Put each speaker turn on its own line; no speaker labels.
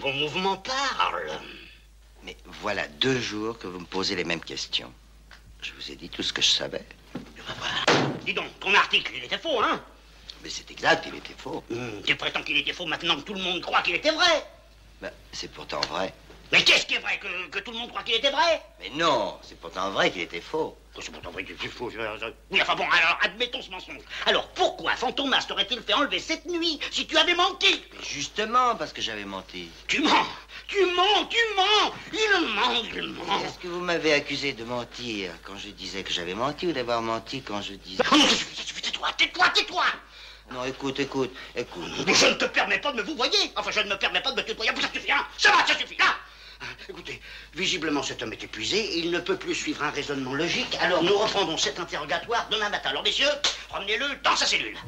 bon mouvement parle.
Mais voilà deux jours que vous me posez les mêmes questions. Je vous ai dit tout ce que je savais.
Dis donc, ton article, il était faux, hein
Mais c'est exact, il était faux.
Hum, Tu prétends qu'il était faux maintenant que tout le monde croit qu'il était vrai.
Ben, c'est pourtant vrai.
Mais qu'est-ce qui est vrai que, que tout le monde croit qu'il était vrai
Mais non, c'est pourtant vrai qu'il était faux.
Que C'est pourtant vrai qu'il était faux. je- je- Oui, enfin bon, alors admettons ce mensonge. Alors pourquoi Fantomas t'aurait-il fait enlever cette nuit si tu avais menti
Mais justement parce que j'avais menti.
Tu mens Tu mens Tu mens Il ment, il ment
Est-ce que vous m'avez accusé de mentir quand je disais que j'avais menti ou d'avoir menti quand je disais...
Ah non, ça suffit, ça suffit, tais-toi, tais-toi, tais-toi
Non, écoute, écoute, écoute.
Mais je ne te permets pas de me vous voyez Enfin, je ne me permets pas de me tutoyer, ça suffit, hein Ça va, ça suffit, là Ah, Écoutez, visiblement cet homme est épuisé, il ne peut plus suivre un raisonnement logique, alors nous reprendrons cet interrogatoire demain matin. Alors messieurs, ramenez-le dans sa cellule.